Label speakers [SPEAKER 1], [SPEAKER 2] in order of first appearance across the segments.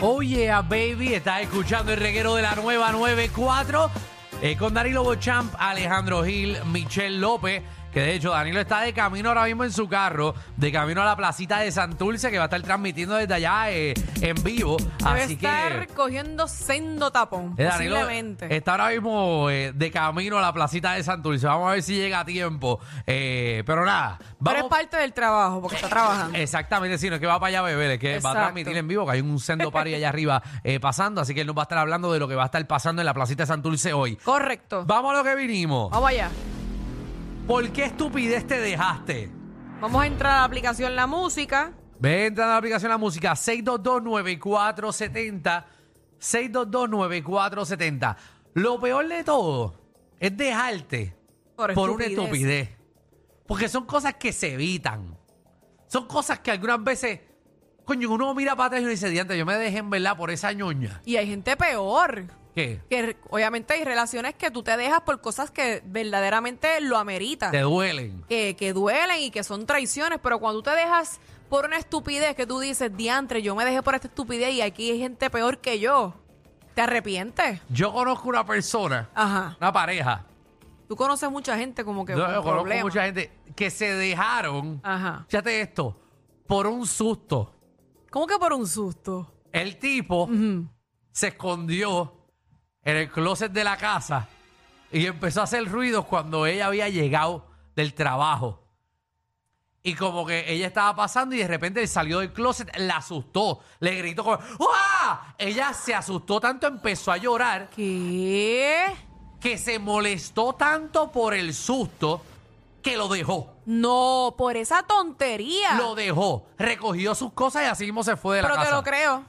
[SPEAKER 1] Oye, baby, estás escuchando el reguero de la nueva 94 eh, con Danilo Bochamp, Alejandro Gil, Michelle López. Que de hecho, Danilo está de camino ahora mismo en su carro, de camino a la placita de Santurce, que va a estar transmitiendo desde allá eh, en vivo.
[SPEAKER 2] Debe
[SPEAKER 1] Así
[SPEAKER 2] estar
[SPEAKER 1] que.
[SPEAKER 2] cogiendo sendo tapón,
[SPEAKER 1] eh,
[SPEAKER 2] posiblemente.
[SPEAKER 1] está ahora mismo eh, de camino a la placita de Santurce. Vamos a ver si llega a tiempo. Eh, pero nada,
[SPEAKER 2] Pero
[SPEAKER 1] vamos. Eh,
[SPEAKER 2] es parte del trabajo, porque está trabajando.
[SPEAKER 1] Exactamente, sí, no es que va para allá a beber, es que va
[SPEAKER 2] Exacto.
[SPEAKER 1] a transmitir en vivo, que hay un sendo party allá arriba eh, pasando, así que él nos va a estar hablando de lo que va a estar pasando en la placita de Santurce hoy.
[SPEAKER 2] Correcto.
[SPEAKER 1] Vamos a lo que vinimos.
[SPEAKER 2] Vamos allá.
[SPEAKER 1] ¿Por qué estupidez te dejaste?
[SPEAKER 2] Vamos a entrar a la aplicación La Música.
[SPEAKER 1] Ve, entra a la aplicación de la música 6229470. 6229470. Lo peor de todo es dejarte
[SPEAKER 2] Por
[SPEAKER 1] una estupidez.
[SPEAKER 2] estupidez.
[SPEAKER 1] Porque son cosas que se evitan. Son cosas que algunas veces, coño, uno mira para atrás y uno dice, diante, yo me dejé en verdad por esa ñoña.
[SPEAKER 2] Y hay gente peor.
[SPEAKER 1] ¿Qué?
[SPEAKER 2] Que re- obviamente hay relaciones que tú te dejas por cosas que verdaderamente lo ameritan.
[SPEAKER 1] Te duelen.
[SPEAKER 2] Que, que duelen y que son traiciones, pero cuando tú te dejas por una estupidez que tú dices, diantre, yo me dejé por esta estupidez y aquí hay gente peor que yo, ¿te arrepientes?
[SPEAKER 1] Yo conozco una persona,
[SPEAKER 2] Ajá.
[SPEAKER 1] una pareja,
[SPEAKER 2] Tú conoces mucha gente como que
[SPEAKER 1] yo
[SPEAKER 2] con
[SPEAKER 1] conozco
[SPEAKER 2] problemas.
[SPEAKER 1] mucha gente, que se dejaron,
[SPEAKER 2] Ajá.
[SPEAKER 1] fíjate esto, por un susto.
[SPEAKER 2] ¿Cómo que por un susto?
[SPEAKER 1] El tipo se escondió en el closet de la casa y empezó a hacer ruidos cuando ella había llegado del trabajo. Y como que ella estaba pasando y de repente él salió del closet, la asustó, le gritó como ¡Ah! Ella se asustó tanto, empezó a llorar,
[SPEAKER 2] ¿Qué?
[SPEAKER 1] que se molestó tanto por el susto que lo dejó.
[SPEAKER 2] No, por esa tontería.
[SPEAKER 1] Lo dejó, recogió sus cosas y así mismo se fue de la
[SPEAKER 2] Pero te
[SPEAKER 1] casa.
[SPEAKER 2] lo creo.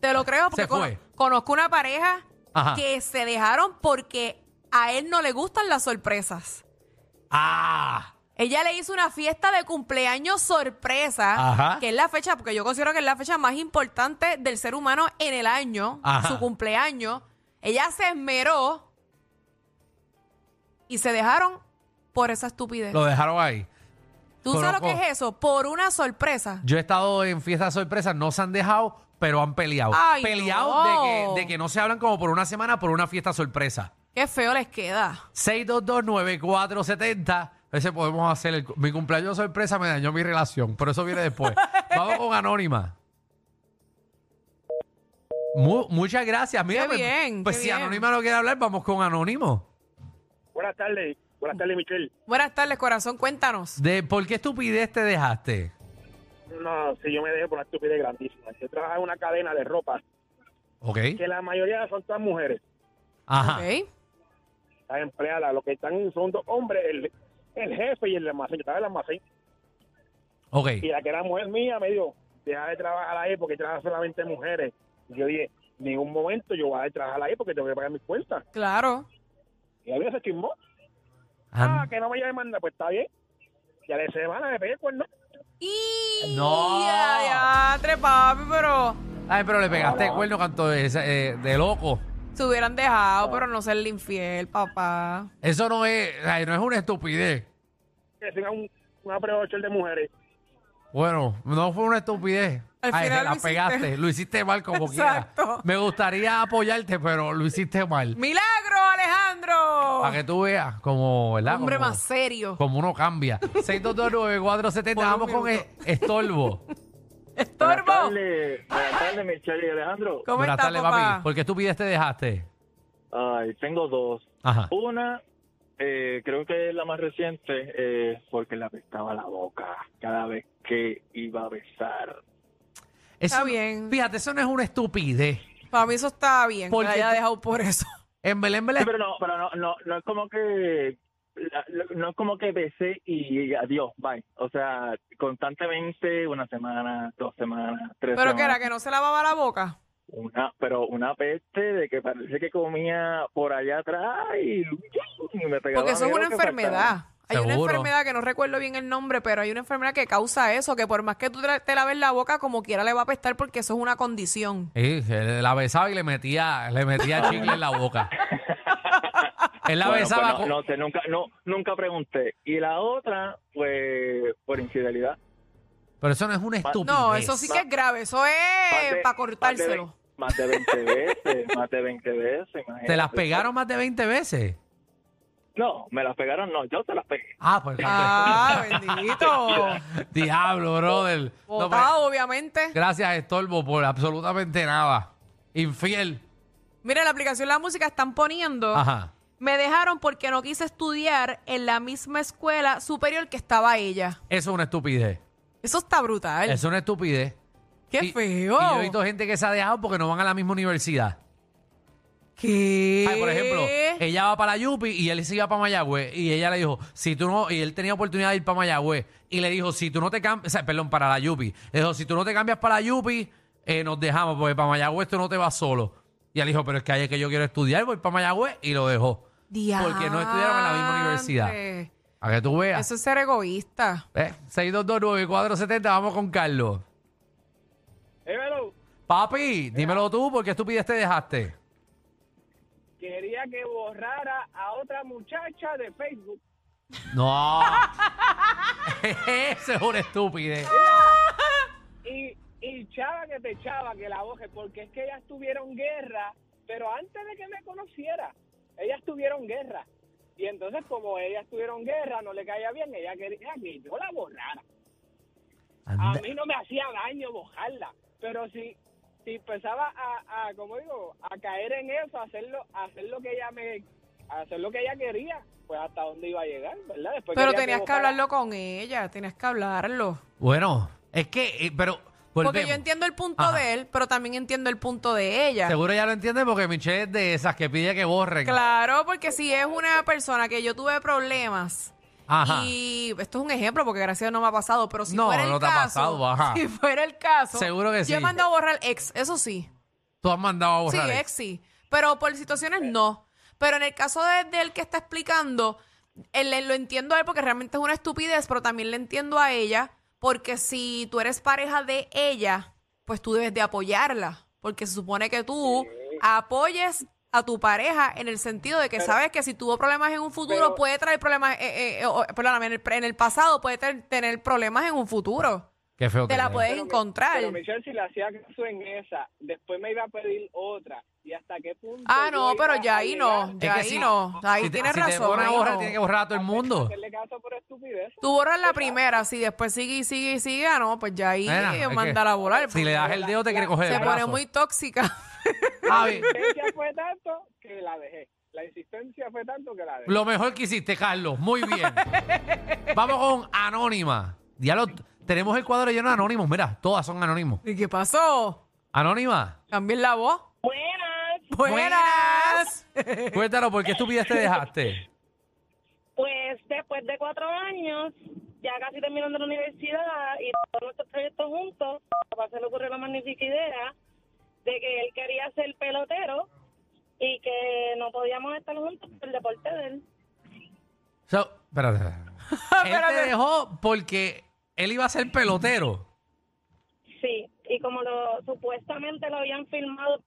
[SPEAKER 2] Te lo creo porque
[SPEAKER 1] Se fue.
[SPEAKER 2] cono- conozco una pareja
[SPEAKER 1] Ajá.
[SPEAKER 2] que se dejaron porque a él no le gustan las sorpresas.
[SPEAKER 1] ¡Ah!
[SPEAKER 2] Ella le hizo una fiesta de cumpleaños sorpresa,
[SPEAKER 1] Ajá.
[SPEAKER 2] que es la fecha, porque yo considero que es la fecha más importante del ser humano en el año,
[SPEAKER 1] Ajá.
[SPEAKER 2] su cumpleaños. Ella se esmeró y se dejaron por esa estupidez.
[SPEAKER 1] Lo dejaron ahí.
[SPEAKER 2] ¿Tú sabes lo que
[SPEAKER 1] conozco-
[SPEAKER 2] es eso? Por una sorpresa.
[SPEAKER 1] Yo he estado en fiestas sorpresas, no se han dejado, pero han peleado.
[SPEAKER 2] Ay,
[SPEAKER 1] peleado
[SPEAKER 2] no.
[SPEAKER 1] de, que, de que no se hablan como por una semana por una fiesta sorpresa.
[SPEAKER 2] Qué feo les queda.
[SPEAKER 1] 6229470. A veces podemos hacer el cu- mi cumpleaños sorpresa me dañó mi relación, pero eso viene después. Vamos con Anónima. Mu- muchas gracias. Mira,
[SPEAKER 2] Qué
[SPEAKER 1] pues,
[SPEAKER 2] bien,
[SPEAKER 1] pues
[SPEAKER 2] qué
[SPEAKER 1] si
[SPEAKER 2] bien.
[SPEAKER 1] Anónima no quiere hablar, vamos con Anónimo.
[SPEAKER 3] Buenas tardes, buenas tardes Michelle.
[SPEAKER 2] Buenas tardes, corazón, cuéntanos.
[SPEAKER 1] De por qué estupidez te dejaste.
[SPEAKER 3] No, si yo me dejé por una estupidez grandísima. Yo trabajaba en una cadena de ropa
[SPEAKER 1] ¿Ok?
[SPEAKER 3] que la mayoría son todas mujeres,
[SPEAKER 1] Ajá.
[SPEAKER 2] Ok.
[SPEAKER 3] las empleadas, los que están son dos hombres, el, el jefe y el almacén. Yo estaba en el almacén
[SPEAKER 1] Ok.
[SPEAKER 3] y la que era mujer mía me dijo, deja de trabajar ahí porque trabajan solamente mujeres. Y yo dije, ningún momento yo voy a dejar de trabajar ahí porque tengo que pagar mis cuentas.
[SPEAKER 2] Claro.
[SPEAKER 3] Y había ese chismó.
[SPEAKER 1] An-
[SPEAKER 3] Ah, que no me llame manda, pues está bien. Y a la semana me pegué el cuerno.
[SPEAKER 2] Y
[SPEAKER 1] No.
[SPEAKER 2] ya, ya, papi, pero
[SPEAKER 1] Ay, Ah, pero le pegaste el cuerno canto de, ese- eh, de loco.
[SPEAKER 2] se hubieran dejado, pero no serle infiel, papá.
[SPEAKER 1] Eso no es, ay, no es una estupidez.
[SPEAKER 3] Que tenga un, una prueba de de mujeres.
[SPEAKER 1] Bueno, no fue una estupidez.
[SPEAKER 2] Al
[SPEAKER 1] Ay,
[SPEAKER 2] final
[SPEAKER 1] te la
[SPEAKER 2] lo hiciste.
[SPEAKER 1] pegaste, lo hiciste mal como quieras.
[SPEAKER 2] Exacto.
[SPEAKER 1] Me gustaría apoyarte, pero lo hiciste mal.
[SPEAKER 2] ¡Milagro, Alejandro!
[SPEAKER 1] Para Ah, que tú veas como, ¿verdad?
[SPEAKER 2] Hombre
[SPEAKER 1] como,
[SPEAKER 2] más serio.
[SPEAKER 1] como uno cambia. 6229470,
[SPEAKER 2] Por un
[SPEAKER 1] vamos con
[SPEAKER 2] minuto.
[SPEAKER 1] e- estorbo.
[SPEAKER 2] Estorbo.
[SPEAKER 3] tardes, buenas tardes Michelle y Alejandro.
[SPEAKER 2] ¿Cómo
[SPEAKER 1] Buenas
[SPEAKER 2] estás,
[SPEAKER 1] tardes,
[SPEAKER 2] papá?
[SPEAKER 1] papi. ¿Por qué estupidez te dejaste?
[SPEAKER 4] Ay, tengo dos.
[SPEAKER 1] Ajá.
[SPEAKER 4] Una, eh, creo que es la más reciente, eh, porque le apestaba la boca cada vez que iba a besar.
[SPEAKER 1] Eso-
[SPEAKER 2] Está bien.
[SPEAKER 1] Fíjate, eso no es una estupidez.
[SPEAKER 2] Para mí eso está bien.
[SPEAKER 1] ¿Por
[SPEAKER 2] que la
[SPEAKER 1] qué
[SPEAKER 2] haya
[SPEAKER 1] tú-
[SPEAKER 2] dejado por eso.
[SPEAKER 1] En Belén,
[SPEAKER 4] Sí,
[SPEAKER 1] Belén.
[SPEAKER 4] pero no, pero no, no, no es como que la- la- no es como que besé y adiós, bye. O sea, constantemente, una semana, dos semanas, tres
[SPEAKER 2] Pero que era
[SPEAKER 4] semanas.
[SPEAKER 2] que no se lavaba la boca.
[SPEAKER 4] Una, pero una peste de que parece que comía por allá atrás y, y me pegaba
[SPEAKER 2] Porque eso es
[SPEAKER 4] miedo
[SPEAKER 2] una
[SPEAKER 4] que faltaba.
[SPEAKER 2] enfermedad. Hay una
[SPEAKER 1] Seguro.
[SPEAKER 2] enfermedad que no recuerdo bien el nombre, pero hay una enfermedad que causa eso, que por más que tú tra- te laves la boca, como quiera le va a apestar porque eso es una condición.
[SPEAKER 1] Sí, que la besaba y le metía, le metía chicle en la boca. Él la
[SPEAKER 4] Bueno, pues
[SPEAKER 1] besaba
[SPEAKER 4] no,
[SPEAKER 1] con-
[SPEAKER 4] no sé, nunca, no, nunca pregunté. Y la otra, pues, por infidelidad.
[SPEAKER 1] Pero eso no es una estupidez.
[SPEAKER 2] No, eso sí que es grave. Eso es
[SPEAKER 4] Parte-
[SPEAKER 2] para
[SPEAKER 4] parte de-
[SPEAKER 2] Eh, cortárselo.
[SPEAKER 4] Más de 20 veces, más de 20 veces. imagínate.
[SPEAKER 1] ¿Te las pegaron más de 20 veces?
[SPEAKER 4] No, me las pegaron, no, yo se las pegué.
[SPEAKER 1] Ah, pues.
[SPEAKER 2] Ah, bendito.
[SPEAKER 1] Diablo, brother. No, pues,
[SPEAKER 2] Votado, obviamente.
[SPEAKER 1] gracias, Estorbo, por absolutamente nada. Infiel.
[SPEAKER 2] Mira, la aplicación La Música están poniendo.
[SPEAKER 1] Ajá.
[SPEAKER 2] Me dejaron porque no quise estudiar en la misma escuela superior que estaba ella.
[SPEAKER 1] Eso es una estupidez.
[SPEAKER 2] Eso está brutal.
[SPEAKER 1] Eso es una estupidez.
[SPEAKER 2] Qué
[SPEAKER 1] Y-
[SPEAKER 2] feo.
[SPEAKER 1] Y yo he visto gente que se ha dejado porque no van a la misma universidad.
[SPEAKER 2] ¿Qué?
[SPEAKER 1] Ay, por ejemplo, ella va para la Yupi y él se iba para Mayagüez. Y ella le dijo, si tú no, y él tenía oportunidad de ir para Mayagüez. Y le dijo, si tú no te cambias, perdón, para la Yupi. Le dijo, si tú no te cambias para la Yupi, eh, nos dejamos, porque para Mayagüez tú no te vas solo. Y él dijo, pero es que ahí es que yo quiero estudiar, voy para Mayagüez. Y lo dejó. Porque no estudiaron en la misma universidad.
[SPEAKER 2] Diantre.
[SPEAKER 1] A que tú veas.
[SPEAKER 2] Eso es ser egoísta.
[SPEAKER 1] Eh, 6229470, vamos con Carlos.
[SPEAKER 3] Dímelo,
[SPEAKER 1] Papi, dímelo tú, porque estupidez te dejaste.
[SPEAKER 3] quería que borrara a otra muchacha de Facebook.
[SPEAKER 1] No. Ese es un estúpido.
[SPEAKER 3] y, y chava que te echaba que la boje, porque es que ellas tuvieron guerra, pero antes de que me conociera, ellas tuvieron guerra. Y entonces, como ellas tuvieron guerra, no le caía bien, ella quería que yo la borrara. A
[SPEAKER 1] Anda-
[SPEAKER 3] mí no me hacía daño bojarla, pero si, si empezaba a, a, como digo, a caer en eso, a hacerlo, a hacer lo que ella me, a hacer lo que ella quería, pues hasta dónde iba a llegar, ¿verdad? Después
[SPEAKER 2] Pero
[SPEAKER 3] quería
[SPEAKER 2] tenías que
[SPEAKER 3] bojara-
[SPEAKER 2] hablarlo con ella, tenías que hablarlo.
[SPEAKER 1] Bueno, es que, eh, pero.
[SPEAKER 2] Porque yo
[SPEAKER 1] volvemos.
[SPEAKER 2] entiendo el punto
[SPEAKER 1] Ajá.
[SPEAKER 2] de él, pero también entiendo el punto de ella.
[SPEAKER 1] Seguro ya lo entiende porque Michelle es de esas que pide que borren.
[SPEAKER 2] Claro, porque si es una persona que yo tuve problemas
[SPEAKER 1] Ajá.
[SPEAKER 2] y esto es un ejemplo porque gracias a Dios no me ha pasado, pero si
[SPEAKER 1] No,
[SPEAKER 2] fuera el
[SPEAKER 1] no te ha
[SPEAKER 2] caso,
[SPEAKER 1] pasado, ajá.
[SPEAKER 2] si fuera el caso,
[SPEAKER 1] Seguro que
[SPEAKER 2] Yo
[SPEAKER 1] sí.
[SPEAKER 2] he mandado a borrar ex, eso sí,
[SPEAKER 1] Tú has mandado a
[SPEAKER 2] sí
[SPEAKER 1] borrar.
[SPEAKER 2] ex sí, pero por situaciones no. Pero en el caso de- del que está explicando, él- él lo entiendo a él porque realmente es una estupidez, pero también le entiendo a ella porque si tú eres pareja de ella, pues tú debes de apoyarla, porque se supone que tú apoyes a tu pareja en el sentido de que sabes que si tuvo problemas en un futuro
[SPEAKER 3] pero-
[SPEAKER 2] puede traer problemas, eh, eh, eh, o- perdóname, en el, pre- en el pasado puede ter- tener problemas en un futuro.
[SPEAKER 1] Qué feo
[SPEAKER 2] Te
[SPEAKER 1] que
[SPEAKER 2] la
[SPEAKER 1] te-
[SPEAKER 2] puedes
[SPEAKER 3] Pero mi-
[SPEAKER 2] encontrar.
[SPEAKER 3] Pero Michelle, si le hacía caso en esa, después me iba a pedir otra. ¿Y hasta qué punto?
[SPEAKER 2] Ah,
[SPEAKER 3] yo
[SPEAKER 2] no,
[SPEAKER 3] iba
[SPEAKER 2] pero ya
[SPEAKER 3] a
[SPEAKER 2] ahí
[SPEAKER 3] llegar
[SPEAKER 2] no,
[SPEAKER 1] Es
[SPEAKER 2] ya
[SPEAKER 1] que
[SPEAKER 2] ahí
[SPEAKER 1] si-
[SPEAKER 2] no, ahí
[SPEAKER 1] si te-
[SPEAKER 2] tienes
[SPEAKER 1] si te
[SPEAKER 2] razón.
[SPEAKER 1] pone a
[SPEAKER 2] ahí
[SPEAKER 1] borrar,
[SPEAKER 2] no.
[SPEAKER 1] tiene que borrar a todo el mundo.
[SPEAKER 3] Hacerle caso por estupidez.
[SPEAKER 2] Tú borras la primera, si después sigue y sigue y sigue, ah, no, pues ya ahí
[SPEAKER 1] Nena, es que
[SPEAKER 2] mandar a volar.
[SPEAKER 1] Si le das el dedo, te quiere coger
[SPEAKER 2] se
[SPEAKER 1] el
[SPEAKER 2] pone
[SPEAKER 1] brazo.
[SPEAKER 2] muy tóxica.
[SPEAKER 1] Ah,
[SPEAKER 3] La
[SPEAKER 1] bien.
[SPEAKER 3] insistencia fue tanto que la dejé. La insistencia fue tanto que la dejé.
[SPEAKER 1] Lo mejor que hiciste, Carlos. Muy bien. Vamos con Anónima. Ya lo- tenemos el cuadro lleno de anónimos. Mira, todas son anónimos.
[SPEAKER 2] ¿Y qué pasó?
[SPEAKER 1] Anónima,
[SPEAKER 2] También la voz.
[SPEAKER 5] Buenas,
[SPEAKER 2] Buenas.
[SPEAKER 1] cuéntanos por qué estupidez te dejaste.
[SPEAKER 5] pues después de cuatro años, ya casi terminando la universidad y todos nuestros proyectos juntos, a papá se le ocurrió la magnífica idea de que él quería ser pelotero y que no podíamos estar juntos por el deporte de él.
[SPEAKER 1] So, espérate, espérate. Él te
[SPEAKER 2] Espérate.
[SPEAKER 1] dejó porque él iba a ser pelotero.
[SPEAKER 5] Sí, y como lo supuestamente lo habían filmado,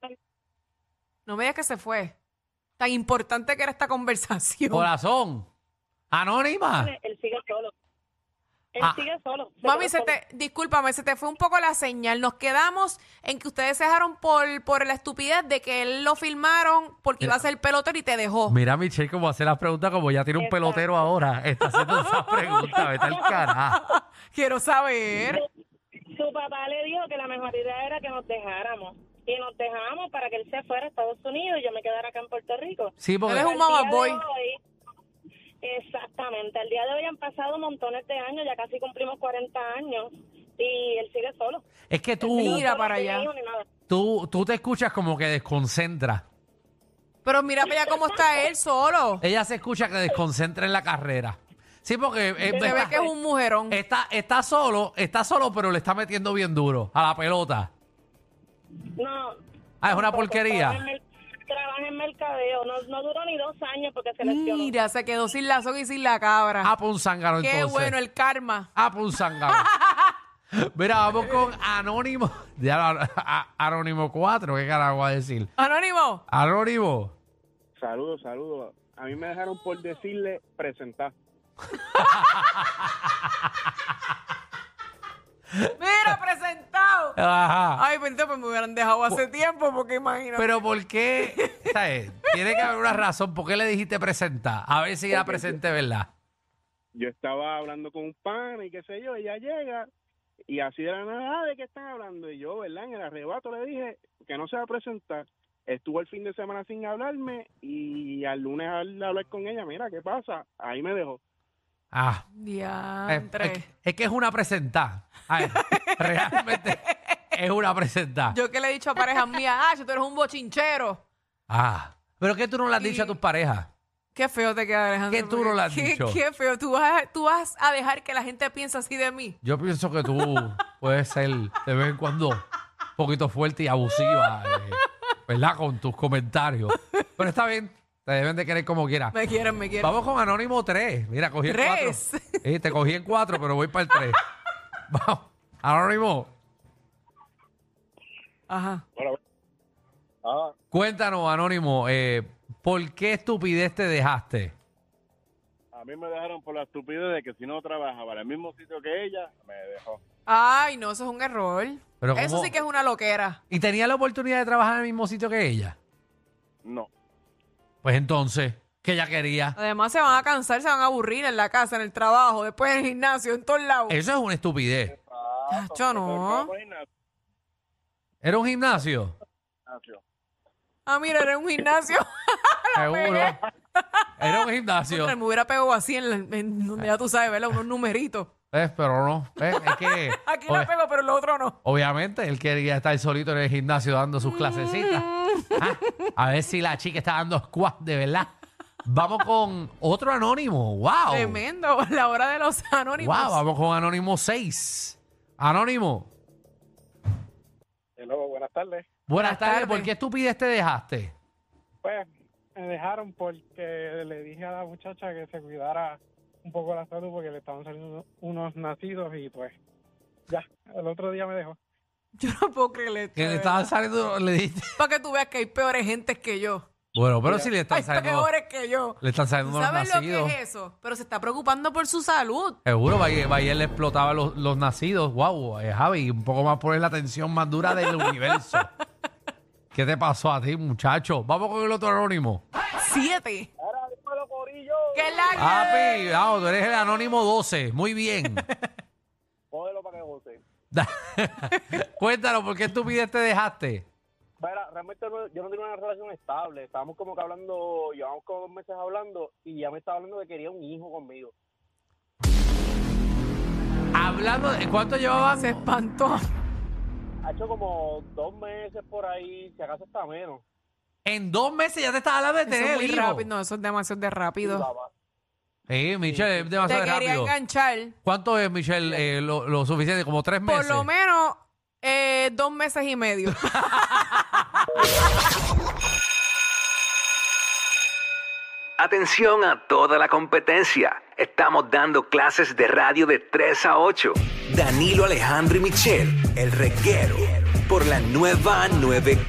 [SPEAKER 2] No me digas que se fue. Tan importante que era esta conversación.
[SPEAKER 1] Corazón. Anónima.
[SPEAKER 5] él sigue solo. Él
[SPEAKER 1] Ah.
[SPEAKER 5] sigue solo. se
[SPEAKER 2] Mami,
[SPEAKER 5] quedó
[SPEAKER 2] se
[SPEAKER 5] solo.
[SPEAKER 2] te, discúlpame, se te fue un poco la señal. Nos quedamos en que ustedes se dejaron por, por la estupidez de que él lo filmaron porque iba a ser pelotero y te dejó.
[SPEAKER 1] Mira, Michelle, cómo hace las preguntas, como ya tiene un
[SPEAKER 5] Exacto.
[SPEAKER 1] pelotero ahora, está haciendo esas preguntas, vete al carajo.
[SPEAKER 2] Quiero saber.
[SPEAKER 5] Su papá le dijo que la mejor idea era que nos dejáramos. Y nos dejamos para que él se fuera a Estados Unidos y yo me quedara acá en Puerto Rico.
[SPEAKER 1] Sí, porque
[SPEAKER 2] Él es un
[SPEAKER 5] Al día
[SPEAKER 2] mamaboy.
[SPEAKER 5] de hoy- Exactamente. Al día de hoy han pasado montones de años, ya casi cumplimos 40 años. Y él sigue solo.
[SPEAKER 1] es que tú,
[SPEAKER 2] Mira
[SPEAKER 5] Solo,
[SPEAKER 2] para
[SPEAKER 5] sin
[SPEAKER 2] allá.
[SPEAKER 5] hijo ni nada.
[SPEAKER 1] tú, tú te escuchas como que desconcentra.
[SPEAKER 2] Pero mira para allá cómo está él solo.
[SPEAKER 1] Ella se escucha que desconcentra en la carrera. Sí, porque eh,
[SPEAKER 2] Se ve
[SPEAKER 1] está,
[SPEAKER 2] que es un mujerón.
[SPEAKER 1] está, está solo, está solo, pero le está metiendo bien duro a la pelota.
[SPEAKER 5] No.
[SPEAKER 1] Ah, es una
[SPEAKER 5] tampoco.
[SPEAKER 1] porquería.
[SPEAKER 5] Trabaja en mer- Trabaja en mercadeo. No, no duró ni dos años porque se lesionó.
[SPEAKER 2] Mira, se quedó sin la soga y sin la cabra.
[SPEAKER 1] Ah, pa' un zángano
[SPEAKER 2] Qué
[SPEAKER 1] entonces.
[SPEAKER 2] bueno el karma.
[SPEAKER 1] Ah, pa' un zángano. Mira, vamos con Anónimo. Ya, a- a- Anónimo 4, ¿qué carajo voy a decir?
[SPEAKER 2] Anónimo.
[SPEAKER 1] Anónimo.
[SPEAKER 3] Saludos, saludos. A mí me dejaron por decirle presentar.
[SPEAKER 2] Mira, presentado.
[SPEAKER 1] Ajá.
[SPEAKER 2] Ay, pues, entonces, pues me hubieran dejado hace tiempo, porque imagino.
[SPEAKER 1] Pero ¿por qué? ¿Sabes? Tiene que haber una razón. ¿Por qué le dijiste presenta? A ver si era presente, ¿verdad?
[SPEAKER 6] yo estaba hablando con un pan y qué sé yo, ella llega y así de la nada, "Ah, ¿de qué están hablando? Y yo, ¿verdad? En el arrebato le dije que no se va a presentar. Estuvo el fin de semana sin hablarme y al lunes al hablar con ella, mira, ¿qué pasa? Ahí me dejó.
[SPEAKER 1] Ah. Es,
[SPEAKER 2] Diantre.
[SPEAKER 1] es que- es que es una presenta. Ay, realmente es una presenta.
[SPEAKER 2] Yo que le he dicho a parejas mías, ah, tú eres un bochinchero.
[SPEAKER 1] Ah. ¿Pero qué tú no le has dicho a tus parejas?
[SPEAKER 2] Qué feo te queda, Alejandro.
[SPEAKER 1] Qué tú
[SPEAKER 2] porque
[SPEAKER 1] no lo has
[SPEAKER 2] qué-
[SPEAKER 1] dicho.
[SPEAKER 2] Qué feo. Tú vas, a- tú vas a dejar que la gente piense así de mí.
[SPEAKER 1] Yo pienso que tú puedes ser de vez en cuando un poquito fuerte y abusiva, eh, ¿verdad? Con tus comentarios. Pero está bien, te deben de querer como quieras.
[SPEAKER 2] Me quieren, me quieren.
[SPEAKER 1] Vamos con Anónimo 3. Mira, cogí en
[SPEAKER 2] Tres.
[SPEAKER 1] 4. Eh, te cogí en 4, pero voy para el 3. Vamos. Anónimo,
[SPEAKER 2] Ajá.
[SPEAKER 4] Ah,
[SPEAKER 1] cuéntanos, Anónimo, eh, ¿por qué estupidez te dejaste?
[SPEAKER 6] A mí me dejaron por la estupidez de que si no trabajaba en el mismo sitio que ella, me dejó.
[SPEAKER 2] Ay, no, eso es un error.
[SPEAKER 1] Pero
[SPEAKER 2] eso
[SPEAKER 1] ¿cómo?
[SPEAKER 2] sí que es una loquera.
[SPEAKER 1] ¿Y tenía la oportunidad de trabajar en el mismo sitio que ella?
[SPEAKER 6] No.
[SPEAKER 1] Pues entonces, que ella quería.
[SPEAKER 2] Además, se van a cansar, se van a aburrir en la casa, en el trabajo, después en el gimnasio, en todos lados.
[SPEAKER 1] Eso es una estupidez.
[SPEAKER 2] Yo no.
[SPEAKER 1] ¿Era un gimnasio?
[SPEAKER 2] Ah, mira, era un gimnasio.
[SPEAKER 1] Seguro. Era un gimnasio.
[SPEAKER 2] Contra, me hubiera pegado así en, la- en donde ya tú sabes, ¿verdad? Unos numeritos.
[SPEAKER 1] Eh, pero no. Eh, es que,
[SPEAKER 2] Aquí
[SPEAKER 1] ob-
[SPEAKER 2] la pego, pero el otro no.
[SPEAKER 1] obviamente, él quería estar solito en el gimnasio dando
[SPEAKER 2] Mm.
[SPEAKER 1] sus clasecitas. Ah, a ver si la chica está dando squat de verdad. Vamos con otro anónimo. ¡Wow!
[SPEAKER 2] Tremendo, la hora de los anónimos.
[SPEAKER 1] ¡Wow! Vamos con Anónimo 6. Anónimo,
[SPEAKER 4] hello, buenas tardes.
[SPEAKER 1] buenas,
[SPEAKER 2] Buenas
[SPEAKER 1] tardes.
[SPEAKER 2] tardes.
[SPEAKER 1] ¿Por qué estupidez te dejaste?
[SPEAKER 7] Pues me dejaron porque le dije a la muchacha que se cuidara un poco la salud porque le estaban saliendo unos nacidos y pues ya, el otro día me dejó.
[SPEAKER 2] Yo no puedo creerle esto,
[SPEAKER 1] Que
[SPEAKER 2] de
[SPEAKER 1] le estaban
[SPEAKER 2] verdad.
[SPEAKER 1] saliendo. Le diste.
[SPEAKER 2] Para que tú veas que hay peores gentes que yo.
[SPEAKER 1] Bueno, pero si le
[SPEAKER 2] Hay
[SPEAKER 1] están saliendo.
[SPEAKER 2] peores que yo.
[SPEAKER 1] Le están
[SPEAKER 2] ¿Tú
[SPEAKER 1] saliendo unos
[SPEAKER 2] ¿Sabes lo que
[SPEAKER 1] nacidos.
[SPEAKER 2] es eso? Pero se está preocupando por su salud.
[SPEAKER 1] Seguro, Bayer, Bayer le explotaba los, los nacidos. Wow, Javi, un poco más por la tensión más dura del universo. ¿Qué te pasó a ti, muchacho? Vamos con el otro anónimo.
[SPEAKER 2] Siete. ¿Qué es la que-
[SPEAKER 1] Papi,
[SPEAKER 2] Eh.
[SPEAKER 1] vamos, tú eres el anónimo 12. Muy bien.
[SPEAKER 4] Pódelo para que goce.
[SPEAKER 1] Da- Cuéntanos, ¿por qué estupidez te dejaste?
[SPEAKER 4] Mira, realmente no- yo no tenía una relación estable. Estábamos como que hablando, llevamos como dos meses hablando y ya me estaba hablando de que quería un hijo conmigo.
[SPEAKER 1] Hablando, de, ¿cuánto llevaban?
[SPEAKER 2] Se espantó.
[SPEAKER 4] Ha hecho como dos meses por ahí, si acaso está menos.
[SPEAKER 1] En dos meses ya te estás hablando de
[SPEAKER 2] Eso
[SPEAKER 1] tener
[SPEAKER 2] es muy
[SPEAKER 1] hijo.
[SPEAKER 2] rápido. No, eso es demasiado de rápido.
[SPEAKER 4] Papá,
[SPEAKER 1] Sí, Michelle, es
[SPEAKER 2] Te
[SPEAKER 1] demasiado
[SPEAKER 2] quería
[SPEAKER 1] rápido.
[SPEAKER 2] enganchar.
[SPEAKER 1] ¿Cuánto es, Michelle, eh, lo, lo suficiente? ¿Como tres meses?
[SPEAKER 2] Por lo menos eh, dos meses y medio.
[SPEAKER 8] Atención a toda la competencia. Estamos dando clases de radio de 3 a 8. Danilo Alejandro y Michel, el reguero, por la nueva 94.